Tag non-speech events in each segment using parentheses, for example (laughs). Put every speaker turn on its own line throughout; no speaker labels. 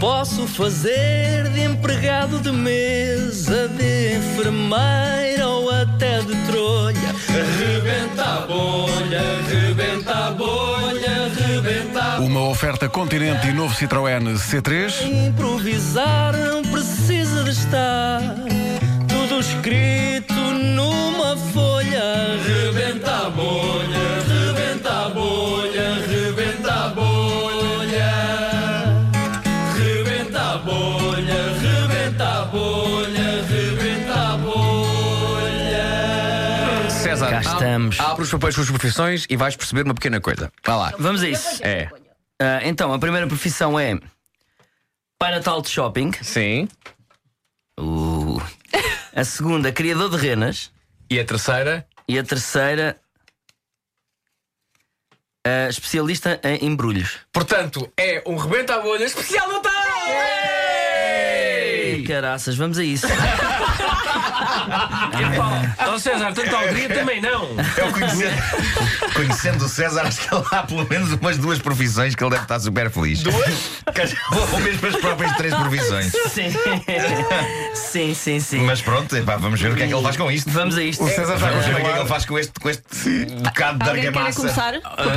Posso fazer de empregado de mesa, de enfermeira ou até de trolha.
Rebenta a bolha, rebenta a bolha, rebenta a bolha.
Uma oferta Continente e novo Citroën C3.
Improvisar não precisa de estar tudo escrito numa folha.
Rebenta a bolha, rebenta a bolha, rebenta a bolha. Rebenta a bolha, rebenta a bolha, rebenta a bolha.
César,
Cá
ab-
estamos.
abre os papéis com as profissões e vais perceber uma pequena coisa. Vá lá.
Vamos a isso.
É.
Ah, então, a primeira profissão é Paratal de Shopping.
Sim.
Uh. A segunda, criador de renas.
E a terceira?
E a terceira, ah, especialista em embrulhos.
Portanto, é um rebenta a bolha especial Natal!
E caraças, vamos a isso.
Ó César, tanta alegria também não.
Eu conhecendo, conhecendo o César, acho que ele há pelo menos umas duas profissões que ele deve estar super feliz. Duas? Ou mesmo as (laughs) próprias três profissões.
sim. (laughs) sim, sim, sim.
Mas pronto, epá, vamos ver o que é que ele faz com isto.
Vamos a isto.
O César vai
Vamos ver o que é que
continuar.
ele faz com este, com este bocado de
Alguém quer
argamassa.
começar?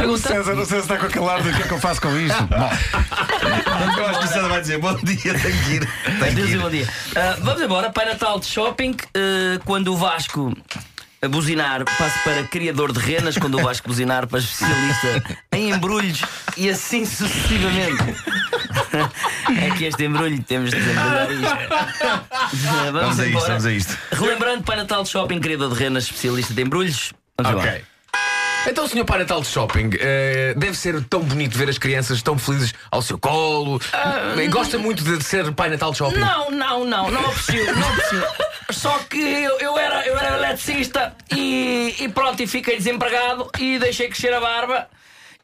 O César, o César está com aquele ar de o que é que eu faço com
(laughs)
isto? Bom,
Eu acho que o César vai dizer bom dia, tem que ir. Tem que
Deus e bom
ir.
dia. Ah, vamos embora para Natal de Shopping. ah, quando o Vasco buzinar, passo para criador de renas. Quando o Vasco buzinar, para especialista em embrulhos e assim sucessivamente. (laughs) é que este embrulho temos de desembrulhar isto. Ah,
Vamos a isto,
embora.
vamos a isto.
Relembrando para Natal de Shopping, criador de renas, especialista de embrulhos. Vamos embora.
Ok. Então, o senhor para tal de shopping, eh, deve ser tão bonito ver as crianças tão felizes ao seu colo. Bem, Gosta muito de ser pai natal de shopping?
Ah, Não, não, não, não aprecio, não aprecio. Só que eu, eu era, eu era eletricista e, e pronto, e fiquei desempregado e deixei crescer a barba.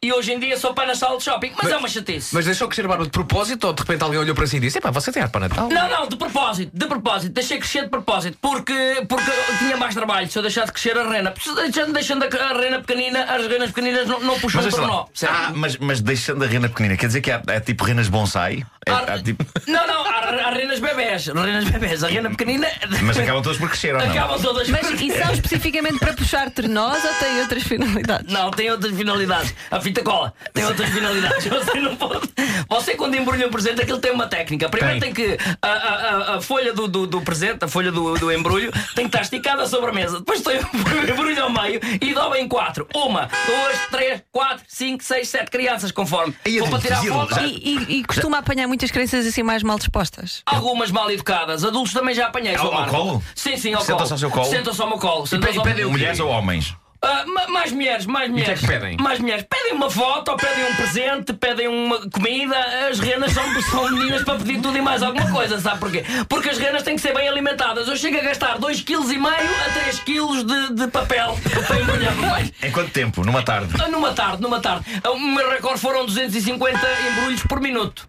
E hoje em dia sou pai na sala de shopping, mas, é uma chatice.
Mas deixou crescer a barba de propósito ou de repente alguém olhou para si e disse: Epá, você tem ar para Natal?
Não, não, de propósito, de propósito, deixei crescer de propósito, porque, porque eu tinha mais trabalho se eu deixar de crescer a rena. Se Deixando, deixando a a rena pequenina, as renas pequeninas não, não puxam
Mas,
o
deixa lá.
tornó. percebe?
Ah, mas, mas deixando a rena pequenina, quer dizer que há, há tipo renas bonsai? É,
Há-
há tipo-
Não, não, há, há renas bebés, renas bebés, a rena pequenina.
Mas
(laughs)
acabam todos por crescer, ou não?
acabam todas
Mas e são especificamente para puxar ternós ou têm outras finalidades?
Não, tem outras finalidades. A fita cola tem outras finalidades. (laughs) Você não pode. Você, quando embrulha um presente, aquilo tem uma técnica. Primeiro tem, que. A, a- a- a folha do, do- do presente, a folha do, do embrulho, tem que estar esticada sobre a mesa. Depois tem o (laughs) embrulho ao meio e dobra em quatro. Uma, duas, três, quatro, cinco, seis, sete crianças, conforme.
Aí é
Vou para tirar
difícil,
foto.
já-
E
E, e- e costuma apanhar muitas crianças assim mais mal dispostas.
Algumas mal educadas. Adultos também já apanhei.
Ao-
João
ao
Marco.
colo?
Sim, sim, ao colo.
Sentam-se ao seu colo?
Sentam-se ao meu colo. Sentam-se ao-
pedem o
Mulheres ou homens?
Ah, ma- mais mulheres, mais mulheres.
que é que pedem?
Mais mulheres. Pedem uma foto, pedem um presente, pedem uma comida. As renas são, (laughs) são meninas para pedir tudo e mais alguma coisa, sabe porquê? Porque as renas têm que ser bem alimentadas. Eu chego a gastar 2,5 kg a 3 kg de, de papel para embrulhar papéis.
Em quanto tempo? Numa tarde?
Ah, Numa tarde, numa tarde. Ah, O meu recorde foram 250 embrulhos por minuto.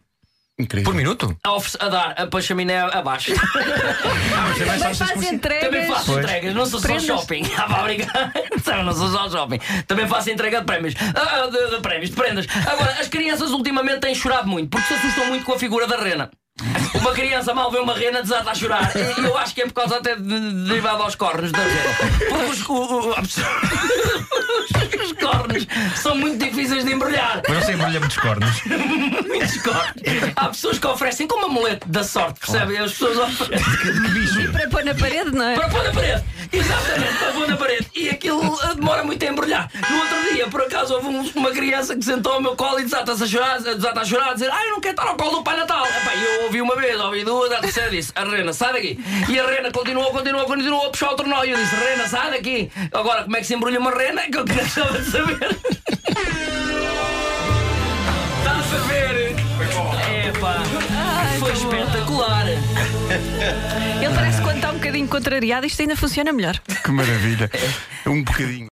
Por minuto?
A, ofe- a dar a, para a chaminé abaixo.
Mas faz
Também
entregas.
faço entregas, não sou
Prendas.
só shopping. (laughs) Ah, vá brincar. Não, não sou só shopping. Também faço entrega de prémios. Ah, ah, de, de prémios, de prendas. Agora, as crianças ultimamente têm chorado muito porque se assustam muito com a figura da rena. Uma criança mal vê uma rena desata a chorar. E eu acho que é por causa até de, de- derivado aos cornos da rena. Porque os, o- o- (laughs) os- os cornos são muito difíceis de embrulhar. (laughs)
Mas não sei embrulha muitos cornos.
Muitos cornos. Há pessoas que oferecem como amuleto da sorte, percebem? As pessoas oferecem.
Para pôr na parede, não é?
Para pôr na parede! Exatamente, para pôr na parede! E aquilo ah, demora muito a embrulhar. No outro dia, por acaso, houve um- uma criança que sentou ao meu colo e desata-se a chorar, desata a chorar, a dizer: Ai, eu não quero estar ao colo do Pai Natal! Epá, eu ouvi uma vez, ouvi duas, a terceira disse: A Rena, sai daqui! E a Rena continuou, continuou, continuou a puxar o tornó. E eu disse: Rena, sai daqui! Agora, como é que se embrulha uma Rena? Que eu queria só saber. Está a saber? Epá,
Ai,
foi
tá bom.
espetacular!
Ele parece que quando está um bocadinho contrariado, isto ainda funciona melhor.
que maravilha. Um bocadinho.